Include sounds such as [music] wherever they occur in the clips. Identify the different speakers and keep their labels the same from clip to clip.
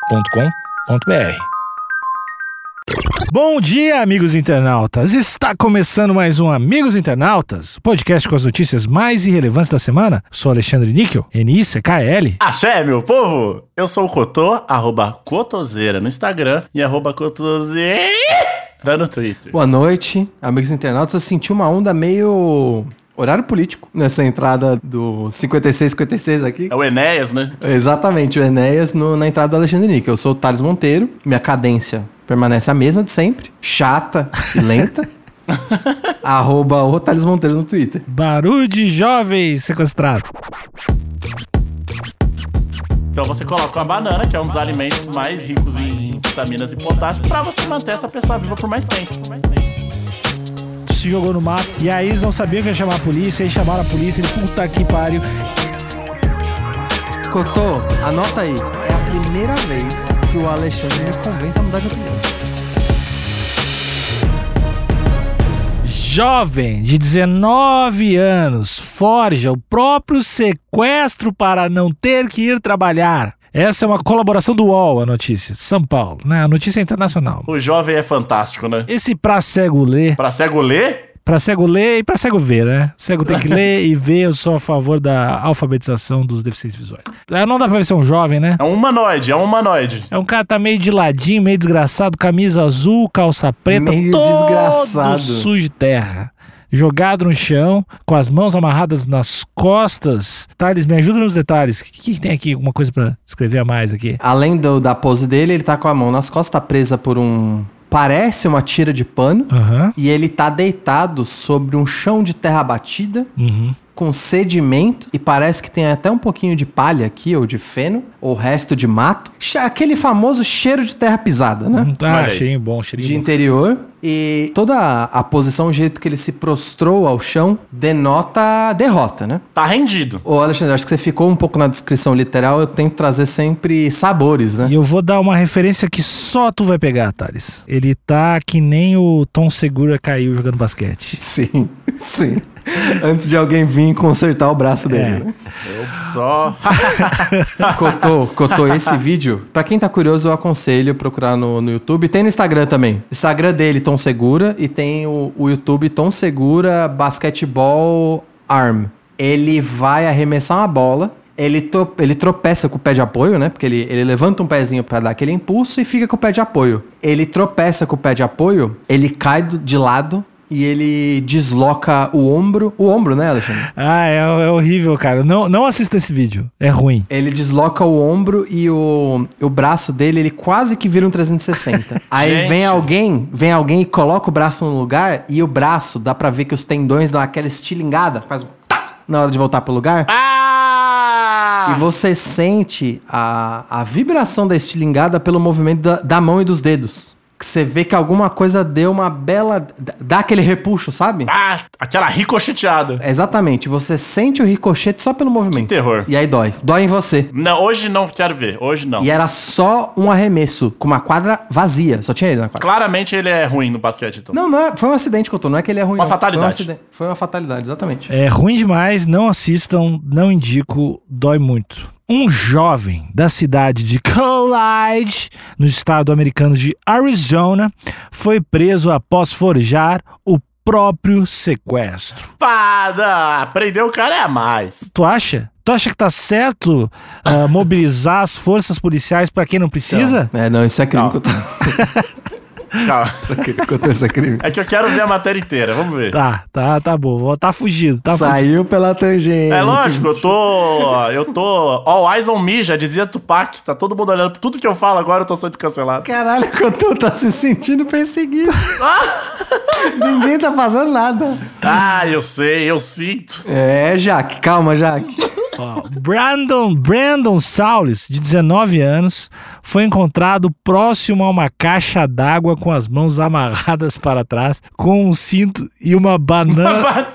Speaker 1: agenciadepodcast.com.br. Bom dia, amigos internautas! Está começando mais um Amigos Internautas, o podcast com as notícias mais irrelevantes da semana. Sou Alexandre Níquel, N-I-C-K-L.
Speaker 2: Axé, meu povo! Eu sou o Cotô, arroba Cotoseira no Instagram e arroba Cotoseira no Twitter.
Speaker 3: Boa noite, amigos internautas. Eu senti uma onda meio horário político nessa entrada do 5656 aqui.
Speaker 2: É o Enéas, né?
Speaker 3: Exatamente, o Enéas no- na entrada do Alexandre Nick. Eu sou o Thales Monteiro, minha cadência permanece a mesma de sempre, chata e [laughs] lenta. Arroba o Thales Monteiro no Twitter.
Speaker 1: Barulho de jovens sequestrado.
Speaker 2: Então você coloca a banana, que é um dos alimentos mais ricos em vitaminas e potássio, pra você manter essa pessoa viva por mais tempo.
Speaker 1: Se jogou no mato e aí eles não sabiam que ia chamar a polícia, aí chamaram a polícia, ele puta que pariu.
Speaker 3: Cotô, anota aí. É a primeira vez que o Alexandre me convence a mudar de opinião.
Speaker 1: Jovem de 19 anos forja o próprio sequestro para não ter que ir trabalhar. Essa é uma colaboração do UOL, a notícia. São Paulo, né? A notícia é internacional.
Speaker 2: O jovem é fantástico, né?
Speaker 1: Esse pra cego ler,
Speaker 2: Pra cego ler,
Speaker 1: pra cego ler e pra cego ver, né? Cego tem que ler e ver, eu sou a favor da alfabetização dos deficientes visuais. Ah, Não dá pra ver se é um jovem, né?
Speaker 2: é um humanoide, é um humanoide.
Speaker 1: É um cara que tá meio de ladinho, meio desgraçado, camisa azul, calça preta,
Speaker 3: Meio
Speaker 1: todo
Speaker 3: desgraçado.
Speaker 1: sujo de terra. Jogado no chão, com as mãos amarradas nas costas. Thales, me ajuda nos detalhes. O que, que tem aqui? Alguma coisa pra escrever a mais aqui?
Speaker 3: Além do- da pose dele, ele tá com a mão nas costas, tá presa por um. Parece uma tira de pano.
Speaker 1: Aham.
Speaker 3: E ele tá deitado sobre um chão de terra batida,
Speaker 1: Uhum.
Speaker 3: com sedimento, e parece que tem até um pouquinho de palha aqui, ou de feno, ou resto de mato. Che- Aquele famoso cheiro de terra pisada, né?
Speaker 1: Ah,
Speaker 2: Olha aí.
Speaker 1: cheirinho bom,
Speaker 3: De
Speaker 1: cheirinho bom.
Speaker 3: interior. E toda a a posição, o jeito que ele se prostrou ao chão, denota derrota, né?
Speaker 2: Tá rendido.
Speaker 3: Ô, Alexandre, acho que você ficou um pouco na descrição literal. Eu tento trazer sempre sabores, né?
Speaker 1: E eu vou dar uma referência que só tu vai pegar, Thales. Ele tá que nem o Tom Segura caiu jogando basquete.
Speaker 3: Sim, [laughs] sim. Antes de alguém vir consertar o braço
Speaker 1: É.
Speaker 3: dele. né?
Speaker 2: Só.
Speaker 3: [laughs] Cotô, Cotô, esse vídeo, pra quem tá curioso, eu aconselho procurar no, no YouTube. Tem no Instagram também. Instagram dele, Tom Segura, e tem o, o YouTube Tom Segura Basketball Arm. Ele vai arremessar uma bola. Ele, to- ele tropeça com o pé de apoio, né? Porque ele, ele levanta um pezinho pra dar aquele impulso e fica com o pé de apoio. Ele tropeça com o pé de apoio, ele cai do- de lado e ele desloca o ombro. O ombro, né, Alexandre?
Speaker 1: Ah, é, é horrível, cara. Não, não assista esse vídeo. É ruim.
Speaker 3: Ele desloca o ombro e o, o braço dele, ele quase que vira
Speaker 2: [laughs]
Speaker 3: um 360. Aí
Speaker 2: Gente.
Speaker 3: vem alguém, vem alguém e coloca o braço no lugar e o braço, dá pra ver que os tendões dão aquela estilingada, faz um tá na hora de voltar pro lugar. E
Speaker 2: [laughs] Ah!
Speaker 3: você sente a, a vibração da estilingada pelo movimento da, da mão e dos dedos. Que você vê que alguma coisa deu uma bela. dá aquele repuxo, sabe?
Speaker 2: Ah, aquela ricocheteada.
Speaker 3: Exatamente, você sente o ricochete só pelo movimento.
Speaker 2: terror.
Speaker 3: E aí dói. Dói em você.
Speaker 2: Não, hoje não quero ver, hoje não.
Speaker 3: E é- era só um arremesso, com uma quadra vazia. Só tinha ele na quadra.
Speaker 2: Claramente ele é ruim no basquete, então.
Speaker 3: Não, não é, foi um acidente que eu tô. Não é que ele é ruim.
Speaker 2: Uma
Speaker 3: não.
Speaker 2: fatalidade.
Speaker 3: Foi um, acidente- foi uma fatalidade, exatamente.
Speaker 1: É ruim demais, não assistam, não indico, dói muito. Um jovem da cidade de College, no estado americano de Arizona, foi preso após forjar o próprio sequestro.
Speaker 2: Pada! Prender o cara é a mais.
Speaker 1: Tu acha? Tu acha que tá certo ah, mobilizar as forças policiais pra quem não precisa?
Speaker 3: É, não, isso é crime
Speaker 2: Não.
Speaker 3: que eu tô. [laughs]
Speaker 2: Calma.
Speaker 3: Isso é [laughs] crime.
Speaker 2: É que eu quero ver a matéria inteira, vamos ver.
Speaker 1: Tá, tá, tá bom. Vou- Tá fugido, tá fugido.
Speaker 3: Saiu pela tangente.
Speaker 2: É lógico, eu tô. Eu tô. All eyes on me, já dizia Tupac. Tá todo mundo olhando. Tudo que eu falo agora eu tô sendo cancelado.
Speaker 3: Caralho, que eu tô, tá se sentindo [laughs] perseguido. Ninguém tá fazendo nada.
Speaker 2: Ah, eu sei, eu sinto.
Speaker 3: É, Jaque, calma, Jaque.
Speaker 1: Ó, Brandon, Brandon Saulis, de 19 anos, foi encontrado próximo a uma caixa d'água com as mãos amarradas para trás, com um cinto e uma banana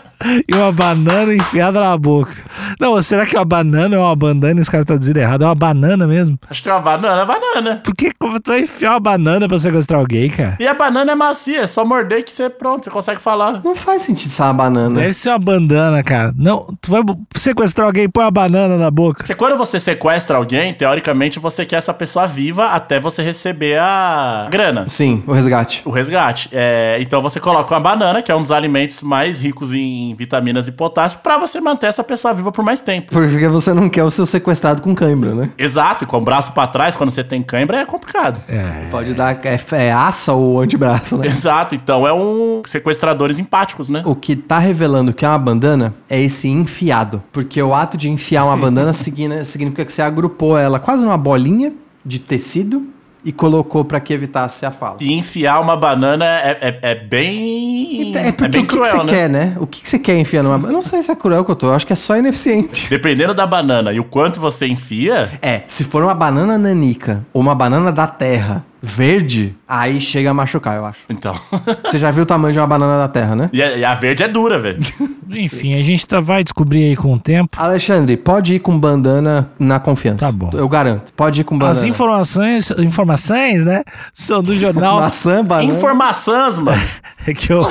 Speaker 1: e uma banana enfiada na boca. Não, será que uma banana é uma bandana? Esse cara tá dizendo errado. É uma banana mesmo?
Speaker 2: Acho que é uma banana, é banana.
Speaker 1: Por que como tu vai enfiar uma banana pra sequestrar alguém, cara?
Speaker 2: E a banana é macia, é só morder que você pronto, você consegue falar.
Speaker 3: Não faz sentido ser uma banana.
Speaker 1: Deve ser uma bandana, cara. Não, tu vai sequestrar alguém e põe uma banana na boca.
Speaker 2: Porque quando você sequestra alguém, teoricamente você quer essa pessoa viva até você receber a grana.
Speaker 3: Sim, o resgate.
Speaker 2: O resgate. É, então você coloca uma banana, que é um dos alimentos mais ricos em vitaminas e potássio, pra você manter essa pessoa viva por mais tempo.
Speaker 3: Porque você não quer o seu sequestrado com cãibra, né?
Speaker 2: Exato, e com o braço pra trás, quando você tem cãibra, é complicado.
Speaker 1: É.
Speaker 3: Pode dar é, é aça ou antebraço, né?
Speaker 2: Exato, então é um sequestradores empáticos, né?
Speaker 3: O que tá revelando que é uma bandana é esse enfiado. Porque o ato de enfiar uma bandana [laughs] signi- significa que você agrupou ela quase numa bolinha de tecido e colocou pra que evitasse a fala.
Speaker 2: E enfiar uma banana é, é, é bem.
Speaker 3: Então, É porque
Speaker 2: bem
Speaker 3: o que, que você quer, né? O que, que você quer enfiar numa banana? Eu não sei se é cruel que eu tô, eu acho que é só ineficiente.
Speaker 2: Dependendo da banana e o quanto você enfia,
Speaker 3: É, se for uma banana nanica ou uma banana da terra verde, aí chega a machucar, eu acho.
Speaker 2: então. [laughs]
Speaker 3: Você já viu o tamanho de uma banana da terra, né?
Speaker 2: e, a, e a verde é dura, velho.
Speaker 1: Enfim, a gente tá, vai descobrir aí com o tempo.
Speaker 3: Alexandre, pode ir com bandana na confiança.
Speaker 1: Tá bom.
Speaker 3: Eu garanto. Pode ir com
Speaker 1: As
Speaker 3: bandana.
Speaker 1: informações, informações, né? São do
Speaker 3: [laughs]
Speaker 1: jornal É
Speaker 3: Maçã,
Speaker 2: né?
Speaker 3: banana.
Speaker 2: Informações, mano.
Speaker 1: que eu...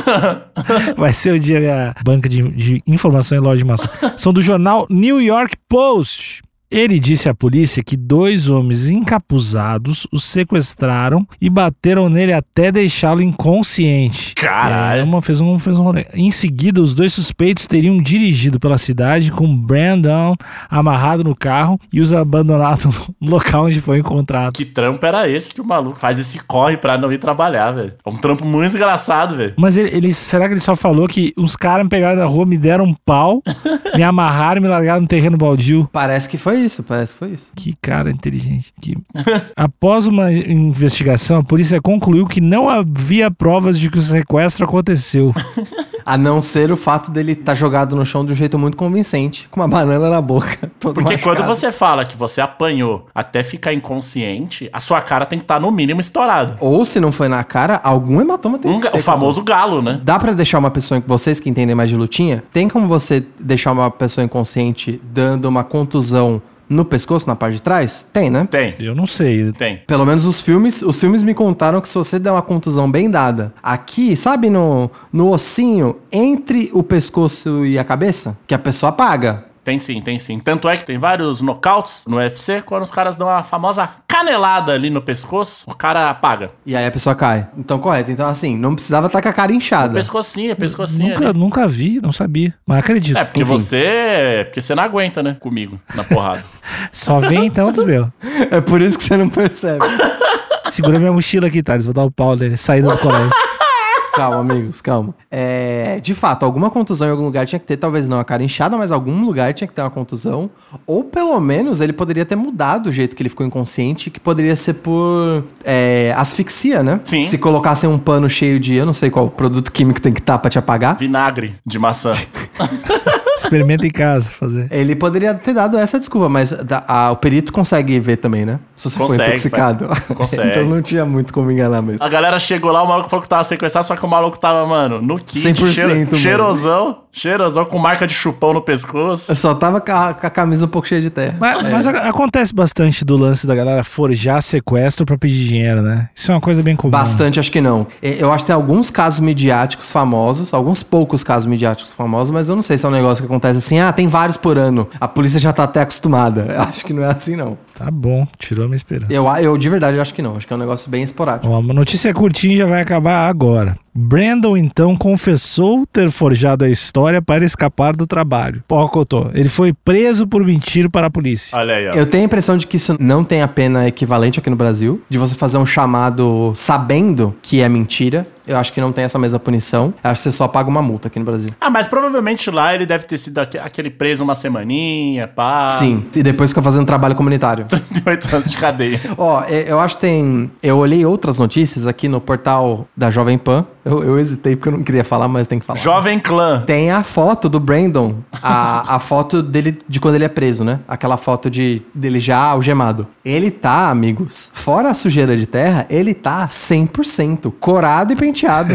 Speaker 1: [laughs] vai ser o dia da banca de, de informações loja de maçã. São do jornal New York Post. Ele disse à polícia que dois homens encapuzados o sequestraram e bateram nele até deixá-lo inconsciente.
Speaker 2: Caralho.
Speaker 1: É, uma fez um, fez um rolê. Em seguida, os dois suspeitos teriam dirigido pela cidade com Brandon amarrado no carro e os abandonado no local onde foi encontrado.
Speaker 2: Que trampo era esse que o maluco faz esse corre pra não ir trabalhar, velho? É um trampo muito desgraçado, velho.
Speaker 1: Mas ele, ele- será que ele só falou que os caras me pegaram na rua, me deram um
Speaker 2: [laughs]
Speaker 1: pau, me amarraram e me largaram no terreno baldio?
Speaker 3: Parece que foi isso, parece que foi isso.
Speaker 1: Que cara inteligente.
Speaker 2: [laughs]
Speaker 1: Que... Após uma investigação, a polícia concluiu que não havia provas de que o sequestro aconteceu.
Speaker 3: A não ser o fato dele estar jogado no chão de um jeito muito convincente, com uma banana na boca. [laughs] Todo
Speaker 2: Porque
Speaker 3: machucado.
Speaker 2: quando você fala que você apanhou até ficar inconsciente, a sua cara tem que estar no mínimo estourado.
Speaker 3: Ou se não foi na cara, algum hematoma tem
Speaker 2: Um
Speaker 3: que
Speaker 2: ga-
Speaker 3: ter.
Speaker 2: o famoso galo, né?
Speaker 3: Dá pra deixar uma pessoa, vocês que entendem mais de lutinha, tem como você deixar uma pessoa inconsciente dando uma contusão no pescoço, na parte de trás? Tem, né?
Speaker 2: Tem,
Speaker 1: Eu não sei.
Speaker 2: tem.
Speaker 3: Pelo menos os filmes, os filmes me contaram que se você der uma contusão bem dada, aqui, sabe no, no ossinho, entre o pescoço e a cabeça, que a pessoa apaga.
Speaker 2: Tem sim, tem sim. Tanto é que tem vários knockouts no UFC, quando os caras dão a famosa canelada ali no pescoço, o cara apaga.
Speaker 3: E aí a pessoa cai. Então, correto. Então, assim, não precisava estar com a cara inchada.
Speaker 2: Pescocinho, pescocinho.
Speaker 1: Nunca,
Speaker 2: ali.
Speaker 1: nunca vi, não sabia. Mas acredito.
Speaker 2: né? É, porque
Speaker 3: Enfim.
Speaker 2: você. Porque você não aguenta, né? Comigo, na porrada.
Speaker 3: [laughs]
Speaker 1: Só vem então dos meus.
Speaker 3: É por isso que você não percebe.
Speaker 1: Segura minha mochila aqui, Thales. Vou dar o pau nele. Saída do colégio.
Speaker 2: [laughs]
Speaker 3: calma, amigos, calma. É, de fato, alguma contusão em algum lugar tinha que ter, talvez não a cara inchada, mas algum lugar tinha que ter uma contusão. Ou pelo menos ele poderia ter mudado o jeito que ele ficou inconsciente, que poderia ser por é, asfixia, né?
Speaker 2: Sim.
Speaker 3: Se colocassem um pano cheio de, eu não sei qual produto químico tem que estar pra te apagar.
Speaker 2: Vinagre de maçã.
Speaker 1: Experimenta em casa fazer.
Speaker 3: Ele poderia ter dado essa desculpa, mas da- a- o perito consegue ver também, né? Se você for
Speaker 2: Consegue,
Speaker 3: intoxicado. [laughs]
Speaker 2: vai- consegue.
Speaker 3: então não tinha muito como enganar mesmo.
Speaker 2: A galera chegou lá, o maluco falou que tava sequestrado, só que o maluco tava, mano, no kit,
Speaker 3: 100%,
Speaker 2: cheiro-
Speaker 3: mano.
Speaker 2: cheirosão, cheirosão, com marca de chupão no pescoço.
Speaker 3: Eu só tava com a, com a camisa um pouco cheia de terra.
Speaker 1: Mas, mas a- acontece bastante do lance da galera forjar sequestro pra pedir dinheiro, né? Isso é uma coisa bem comum.
Speaker 3: Bastante, acho que não. E- Eu acho que tem alguns casos midiáticos famosos, alguns poucos casos midiáticos famosos, mas eu não sei se é um negócio que acontece assim, ah, tem vários por ano, a polícia já tá até acostumada. Eu acho que não é assim, não.
Speaker 1: Tá bom, tirou minha esperança.
Speaker 3: Eu, eu de verdade, eu acho que não. Acho que é um negócio bem esporádico.
Speaker 1: Ó, Uma notícia curtinha e já vai acabar agora. Brandon então confessou ter forjado a história para escapar do trabalho. Pô, Cotô, ele foi preso por mentir para a polícia.
Speaker 2: Olha aí, ó.
Speaker 3: Eu tenho a impressão de que isso não tem a pena equivalente aqui no Brasil, de você fazer um chamado sabendo que é mentira. Eu acho que não tem essa mesma punição. Eu acho que você só paga uma multa aqui no Brasil.
Speaker 2: Ah, mas provavelmente lá ele deve ter sido aque- aquele preso uma semaninha, pá. [laughs]
Speaker 3: Sim, e depois fica fazendo trabalho comunitário.
Speaker 2: 38 anos de cadeia.
Speaker 3: Ó, e- eu acho que tem. Eu olhei outras notícias aqui no portal da Jovem Pan. Eu, eu hesitei porque eu não queria falar, mas tem que falar.
Speaker 2: Jovem Clã.
Speaker 3: Tem a foto do Brandon, a, a foto dele de quando ele é preso, né? Aquela foto de dele já algemado. Ele tá, amigos,
Speaker 2: [laughs]
Speaker 3: fora a sujeira de terra, ele tá 100% corado e penteado.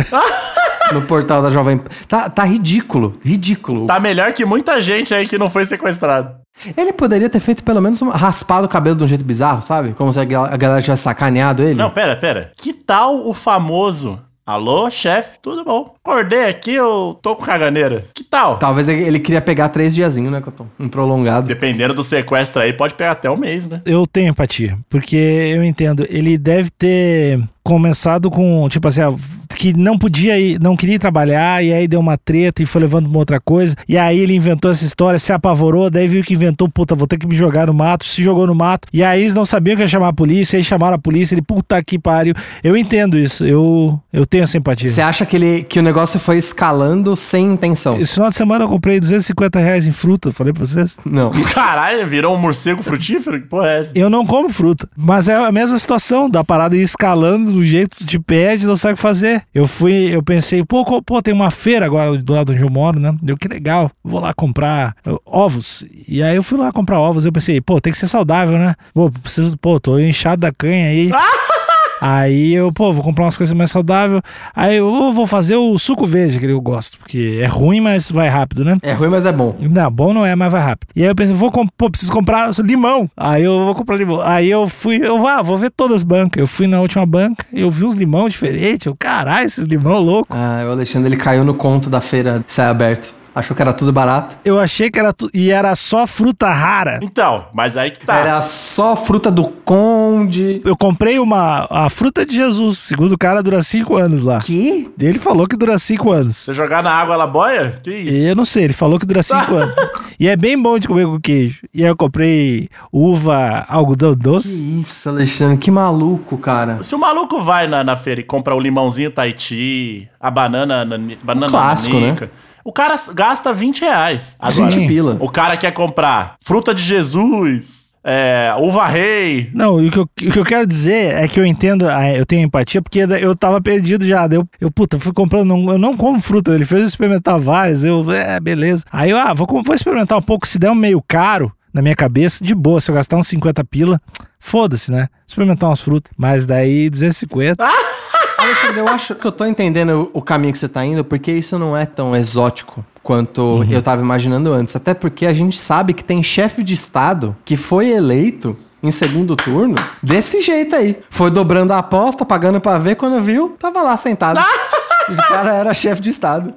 Speaker 3: no portal da Jovem Pan. Tá, tá ridículo, ridículo.
Speaker 2: Tá melhor que muita gente aí que não foi sequestrado.
Speaker 3: Ele poderia ter feito pelo menos um, raspado o cabelo de um jeito bizarro, sabe? Como se a gal- a galera tivesse sacaneado ele.
Speaker 2: Não, pera, pera. Que tal o famoso Alô, chefe, tudo bom? Acordei aqui, eu tô com caganeira. Que tal?
Speaker 3: Talvez ele- ele queria pegar três diazinhos, né, Coton? Um prolongado.
Speaker 2: Dependendo do sequestro aí, pode pegar até um mês, né?
Speaker 1: Eu tenho empatia, porque eu entendo. Ele deve ter começado com, tipo assim, ah, que não podia ir, não queria ir trabalhar, e aí deu uma treta e foi levando pra uma outra coisa. E aí ele inventou essa história, se apavorou, daí viu que inventou, puta, vou ter que me jogar no mato, se jogou no mato. E aí eles não sabiam que ia chamar a polícia, aí chamaram a polícia, ele, puta que pariu. Eu entendo isso, eu, eu tenho essa empatia.
Speaker 3: Você acha que, ele, que o negócio foi escalando sem intenção?
Speaker 1: Esse final de semana eu comprei 250 reais em fruta, falei pra vocês.
Speaker 3: Não.
Speaker 2: [laughs] Caralho, virou um morcego frutífero? Que porra é essa?
Speaker 1: Eu não como fruta. Mas é a mesma situação, da parada ir escalando do jeito que te pede, não sabe o que fazer. Eu fui, eu pensei, pô, co- pô, tem uma feira agora do lado onde eu moro, né? Eu, que legal, vou lá comprar eh, ovos. E aí eu fui lá comprar ovos, eu pensei, pô, tem que ser saudável, né? Pô, preciso, pô, tô inchado da canha aí. Aí eu, pô, vou comprar umas coisas mais saudáveis. Aí eu "Ô, vou fazer o suco verde, que eu gosto, porque é ruim, mas vai rápido, né?
Speaker 3: É ruim, mas é bom.
Speaker 1: Não, bom não é, mas vai rápido. E aí eu pensei, vou comp- pô, preciso comprar limão. Aí eu vou comprar limão. Aí eu fui, eu ah, vou ver todas as bancas. Eu fui na última banca, eu vi uns limão diferentes. Eu, caralho, esses limão louco.
Speaker 3: Ah, o Alexandre, ele caiu no conto da feira sai aberto. Achou que era tudo barato.
Speaker 1: Eu achei que era tu... e era só fruta rara.
Speaker 2: Então, mas aí que tá.
Speaker 3: Era só fruta do conde.
Speaker 1: Eu comprei uma a fruta de Jesus, segundo o cara, dura cinco anos lá.
Speaker 3: Que?
Speaker 1: Ele falou que dura cinco anos.
Speaker 2: Você jogar na água, ela boia? Que isso?
Speaker 1: Eu não sei, ele falou que dura cinco anos. E é bem bom de comer com queijo. E aí eu comprei uva, algodão
Speaker 3: Que
Speaker 1: doce.
Speaker 3: isso, Alexandre, que maluco, cara.
Speaker 2: Se o maluco vai na, na feira e compra o limãozinho Tahiti, a banana, nani- banana
Speaker 3: clássico, né?
Speaker 2: nanica, o cara s- gasta 20 reais. Agora,
Speaker 3: 20 pila.
Speaker 2: o cara quer comprar fruta de Jesus, é, uva rei.
Speaker 1: Não, e o que, eu, o que eu quero dizer é que eu entendo, ah, eu tenho empatia, porque da- eu tava perdido já. daí Eu, eu puta, fui comprando, não- eu não como fruta. Ele fez eu experimentar várias, eu, é, beleza. Aí eu, ah, vou, com- vou experimentar um pouco, se der um meio caro na minha cabeça, de boa, se eu gastar uns 50 pila, foda-se, né? Experimentar umas frutas. Mas daí, 250.
Speaker 3: Alexandre, eu acho que eu tô entendendo o caminho que você tá indo, porque isso não é tão exótico quanto eu tava imaginando antes. Até porque a gente sabe que tem chefe de estado que foi eleito em segundo turno desse jeito aí. Foi dobrando a aposta, pagando pra ver, quando viu, tava lá sentado. o cara era chefe de estado.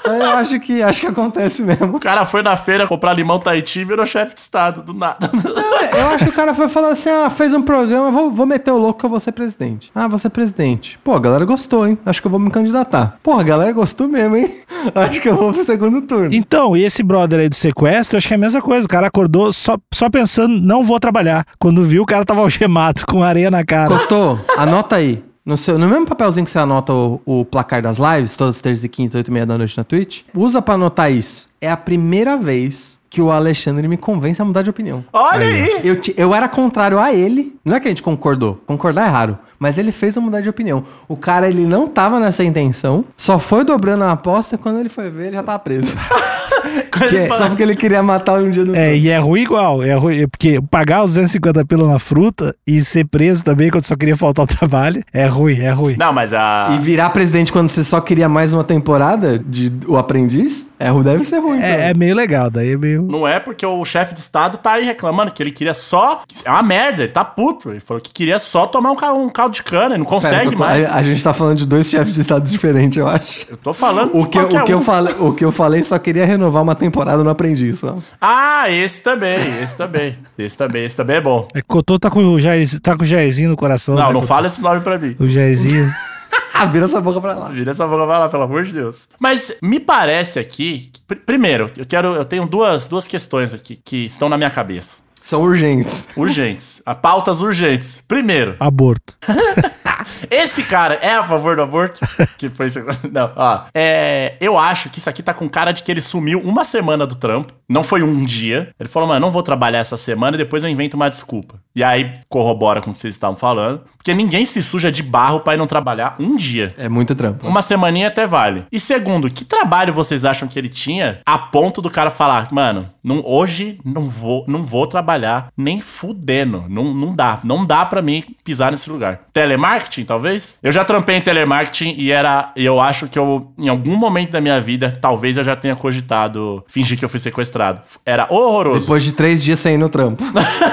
Speaker 3: Então eu acho que acho que acontece mesmo.
Speaker 2: O cara foi na feira comprar limão Tahiti e virou chefe de estado, do nada. [laughs]
Speaker 3: Eu acho que o cara foi falar assim: ah, fez um programa, vou, vou meter o louco que eu vou ser presidente. Ah, vou ser presidente. Pô, a galera gostou, hein? Acho que eu vou me candidatar. Pô, a galera gostou mesmo, hein? [laughs] Acho que eu vou pro segundo turno.
Speaker 1: Então, e esse brother aí do sequestro, eu acho que é a mesma coisa. O cara acordou só, só pensando, não vou trabalhar. Quando viu, o cara tava algemado, [laughs] com areia na cara.
Speaker 3: Então, Cotô, anota aí. No, seu, no mesmo papelzinho que você anota o, o placar das lives, todas as terças e quintas, oito e meia da noite na Twitch, usa pra anotar isso. É a primeira vez que o Alexandre me convence a mudar de opinião.
Speaker 2: Olha aí.
Speaker 3: Eu, ti- eu era contrário a ele. Não é que a gente concordou. Concordar é raro. Mas ele fez eu mudar de opinião. O cara, ele não tava nessa intenção. Só foi dobrando a aposta. Quando ele foi ver, ele já
Speaker 2: [laughs]
Speaker 3: tava preso.
Speaker 2: Quando
Speaker 3: Que
Speaker 2: ele
Speaker 3: é-
Speaker 2: fala-
Speaker 3: só porque ele queria matar um dia no
Speaker 1: É, e é ruim igual. É ruim, é porque pagar os 250 pila na fruta e ser preso também quando só queria faltar ao [laughs] trabalho é ruim, é ruim.
Speaker 2: Não, mas a.
Speaker 3: E virar presidente quando você só queria mais uma temporada de O Aprendiz? É, ru- deve ser ruim. cara.
Speaker 1: É, é meio legal, daí é meio.
Speaker 2: Não é porque o chefe de estado tá aí reclamando que ele queria só. É uma merda, ele tá puto. Ele falou que queria só tomar um, ca- um caldo de cana, ele não
Speaker 3: Pera,
Speaker 2: consegue
Speaker 3: eu tô-
Speaker 2: mais.
Speaker 3: A, a gente tá falando de dois chefes de estado diferentes, eu acho.
Speaker 2: [laughs] Eu tô falando
Speaker 3: O que, eu-
Speaker 2: qualquer
Speaker 3: o, que
Speaker 2: um.
Speaker 3: eu falei, o que eu falei só queria renovar uma temporada no Aprendiz. Só.
Speaker 2: Ah, esse também, esse também. Esse também, esse também é bom.
Speaker 1: É que Cotô tá com o Jairzinho, tá com o Jairzinho no coração.
Speaker 2: Não,
Speaker 1: né,
Speaker 2: não
Speaker 1: Cotô?
Speaker 2: fala esse nome pra mim.
Speaker 1: O Jairzinho.
Speaker 3: Ah, vira essa boca pra lá.
Speaker 2: Vira essa boca vai lá, pelo amor de Deus. Mas me parece aqui. que- pr- primeiro, eu quero. Eu tenho duas, duas questões aqui que estão na minha cabeça.
Speaker 3: São urgentes.
Speaker 2: Urgentes. a pautas urgentes. Primeiro,
Speaker 1: Aborto.
Speaker 2: Esse cara é a favor do aborto? que [laughs] foi isso? Não, ó. É, eu acho que isso aqui tá com cara de que ele sumiu uma semana do trampo. Não foi um dia. Ele falou, mano, não vou trabalhar essa semana e depois eu invento uma desculpa. E aí corrobora com o que vocês estavam falando. Porque ninguém se suja de barro pra ir não trabalhar um dia.
Speaker 3: É muito trampo.
Speaker 2: Uma semaninha até vale. E segundo, que trabalho vocês acham que ele tinha a ponto do cara falar, mano, não, hoje não vou, não vou trabalhar nem fudendo. Não, não dá. Não dá pra mim pisar nesse lugar. Telemarketing, talvez. Eu já trampei em telemarketing e era. e Eu acho que eu, em algum momento da minha vida, talvez eu já tenha cogitado fingir que eu fui sequestrado. Era horroroso.
Speaker 3: Depois de três dias sem ir no trampo. [laughs]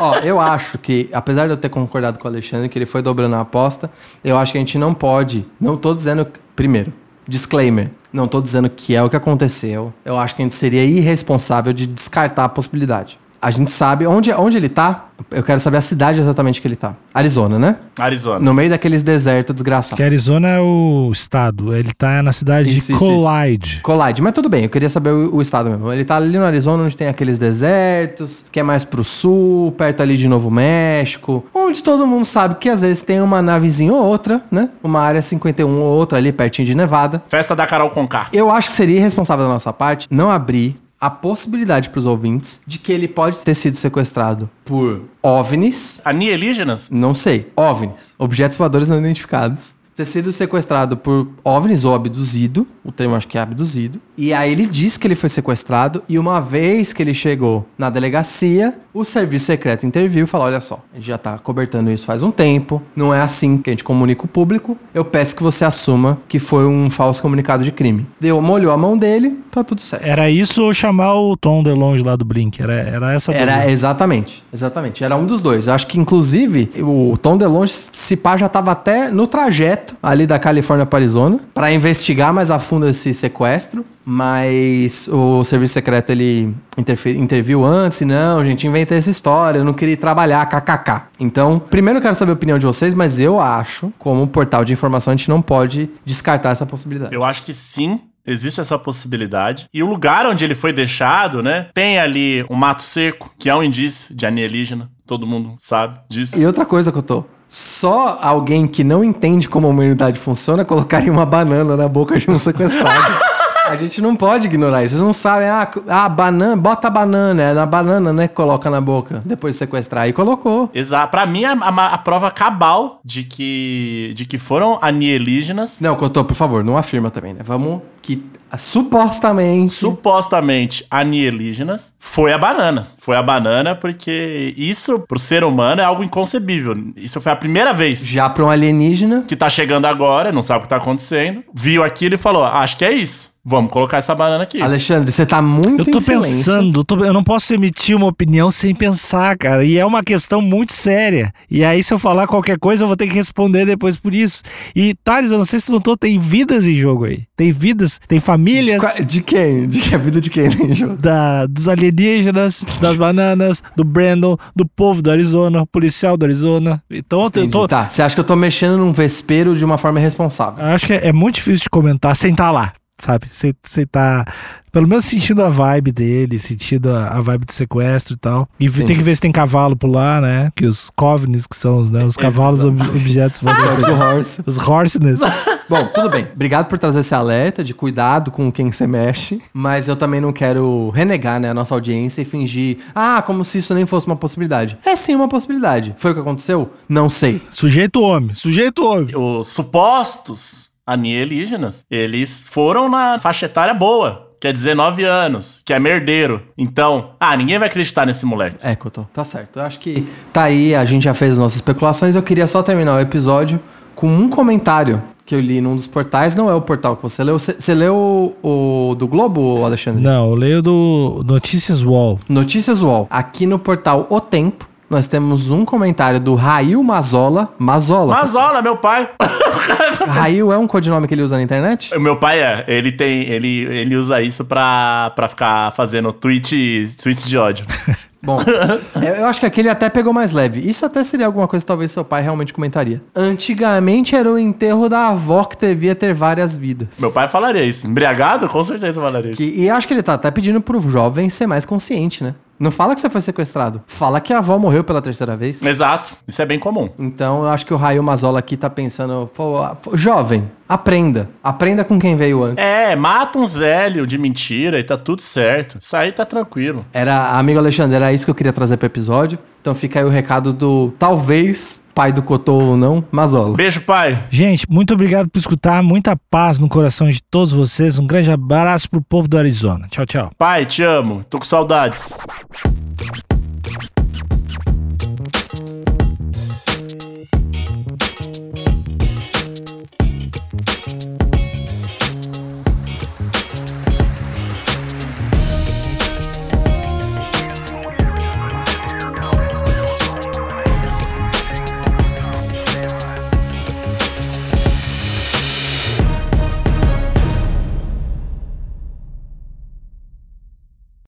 Speaker 3: Ó, eu acho que, apesar de eu ter concordado com o Alexandre, que ele foi dobrando a aposta, eu acho que a gente não pode. Não tô dizendo. Primeiro, disclaimer. Não tô dizendo que é o que aconteceu. Eu acho que a gente seria irresponsável de descartar a possibilidade. A gente sabe onde, onde ele tá. Eu quero saber a cidade exatamente que ele tá. Arizona, né?
Speaker 2: Arizona.
Speaker 3: No meio daqueles desertos desgraçados.
Speaker 1: Que Arizona é o estado. Ele tá na cidade
Speaker 3: Isso,
Speaker 1: de
Speaker 3: isso,
Speaker 1: Collide.
Speaker 3: Collide, mas tudo bem, eu queria saber o, o estado mesmo. Ele tá ali no Arizona, onde tem aqueles desertos, que é mais pro sul, perto ali de Novo México, onde todo mundo sabe que às vezes tem uma navezinha ou outra, né? Uma área 51 ou outra ali pertinho de Nevada.
Speaker 2: Festa da Carol Conká.
Speaker 3: Eu acho que seria irresponsável da nossa parte não abrir a possibilidade pros ouvintes de que ele pode ter sido sequestrado por OVNIs,
Speaker 2: Anielígenas?
Speaker 3: não sei, OVNIs, objetos voadores não identificados, ter sido sequestrado por OVNIs ou abduzido, o termo acho que é abduzido, e aí ele diz que ele foi sequestrado e uma vez que ele chegou na delegacia, o serviço secreto interviu e falou, olha só, a gente já tá cobertando isso faz um tempo, não é assim que a gente comunica o público, eu peço que você assuma que foi um falso comunicado de crime. Deu, molhou a mão dele, tá tudo certo.
Speaker 1: Era isso ou chamar o Tom DeLonge lá do Blink? Era, era essa
Speaker 3: Era
Speaker 1: dúvida.
Speaker 3: exatamente, exatamente. Era um dos dois. Acho que inclusive o Tom DeLonge, se pá, já tava até no trajeto ali da Califórnia para Arizona para investigar mais a fundo esse sequestro, mas o serviço secreto ele interfe- interviu antes e não, gente, inventei essa história, eu não queria ir trabalhar, kkk. Então, primeiro eu quero saber a opinião de vocês, mas eu acho, como um portal de informação, a gente não pode descartar essa possibilidade.
Speaker 2: Eu acho que sim. Existe essa possibilidade. E o lugar onde ele foi deixado, né? Tem ali um mato seco, que é um indício de anielígena. Todo mundo sabe disso.
Speaker 3: E outra coisa que eu tô. Só alguém que não entende como a humanidade funciona colocaria uma banana na boca de um sequestrado. A gente não pode ignorar isso. Vocês não sabem, ah, c- ah, banana, bota a banana, é na banana, né? que Coloca na boca depois de sequestrar. E colocou.
Speaker 2: Exato. Pra mim, é a, ma- a prova cabal de que, de que foram anielígenas.
Speaker 3: Não, Cotô, por favor, não afirma também, né? Vamos que ah, supostamente.
Speaker 2: Supostamente anielígenas, foi a banana. Foi a banana, porque isso, pro ser humano, é algo inconcebível. Isso foi a primeira vez.
Speaker 3: Já pra um alienígena.
Speaker 2: que tá chegando agora, não sabe o que tá acontecendo, viu aquilo e falou: acho que é isso. Vamos colocar essa banana aqui.
Speaker 3: Alexandre, você tá muito
Speaker 1: Eu tô
Speaker 3: em silêncio.
Speaker 1: pensando, eu tô- eu não posso emitir uma opinião sem pensar, cara. E é uma questão muito séria. E aí, se eu falar qualquer coisa, eu vou ter que responder depois por isso. E, Thales, eu não sei se tu notou, tem vidas em jogo aí. Tem vidas, tem famílias.
Speaker 3: Qua- De quem? De que a vida de quem, né, Jô?
Speaker 1: da- dos alienígenas, das bananas, do Brandon, do povo do Arizona, policial do Arizona. Então eu tô.
Speaker 3: Entendi. Tá, você acha que eu tô mexendo num vespeiro de uma forma irresponsável?
Speaker 1: Acho que é, é muito difícil de comentar sem estar lá, sabe? Sem sem tá. Pelo menos sentindo a vibe dele, sentindo a, a vibe do sequestro e tal. E
Speaker 3: Sim.
Speaker 1: tem que ver se tem cavalo por lá, né? Que os covens, que são os, né, [laughs] os cavalos ob- objetos voadores. [laughs]
Speaker 3: Do horse.
Speaker 1: Os horseness.
Speaker 3: Bom, tudo bem. Obrigado por trazer esse alerta de cuidado com quem você mexe. Mas eu também não quero renegar né, a nossa audiência e fingir, ah, como se isso nem fosse uma possibilidade. É sim uma possibilidade. Foi o que aconteceu? Não sei.
Speaker 1: Sujeito homem, sujeito homem.
Speaker 2: Os supostos anielígenas, eles foram na faixa etária boa, que é 19 anos, que é merdeiro. Então, ah, ninguém vai acreditar nesse moleque.
Speaker 3: É, Couto, tá certo. Eu acho que tá aí, a gente já fez as nossas especulações. Eu queria só terminar o episódio com um comentário que eu li num dos portais. Não é o portal que você leu. Você você leu o, o do Globo, Alexandre?
Speaker 1: Não, eu leio do Notícias Wall.
Speaker 3: Notícias UOL. Aqui no portal O Tempo, nós temos um comentário do Rail Mazola. Mazola.
Speaker 2: Mas olha, meu pai. [coughs]
Speaker 3: Rail é um codinome que ele usa na internet?
Speaker 2: O meu pai é, ele tem, ele, ele usa isso pra, pra ficar fazendo tweet, tweet de ódio. [laughs]
Speaker 3: Bom, eu eu acho que aqui ele até pegou mais leve. Isso até seria alguma coisa que talvez seu pai realmente comentaria. Antigamente era o enterro da avó que devia ter várias vidas.
Speaker 2: meu pai falaria isso. Embriagado? Com certeza falaria isso.
Speaker 3: Que- e acho que ele tá até pedindo pro jovem ser mais consciente, né? Não fala que você foi sequestrado. Fala que a avó morreu pela terceira vez.
Speaker 2: Exato. Isso é bem comum.
Speaker 3: Então eu acho que o Raio Mazola aqui tá pensando, pô, a- pô, jovem, aprenda. Aprenda com quem veio antes.
Speaker 2: É, mata uns velhos de mentira e tá tudo certo. Isso aí tá tranquilo.
Speaker 3: Era, amigo Alexandre, era isso que eu queria trazer pro episódio. Então fica aí o recado do talvez pai do Cotô ou não, Mazola.
Speaker 2: Beijo, pai.
Speaker 1: Gente, muito obrigado por escutar. Muita paz no coração de todos vocês. Um grande abraço pro povo do Arizona. Tchau, tchau.
Speaker 2: Pai, te amo. Tô com saudades.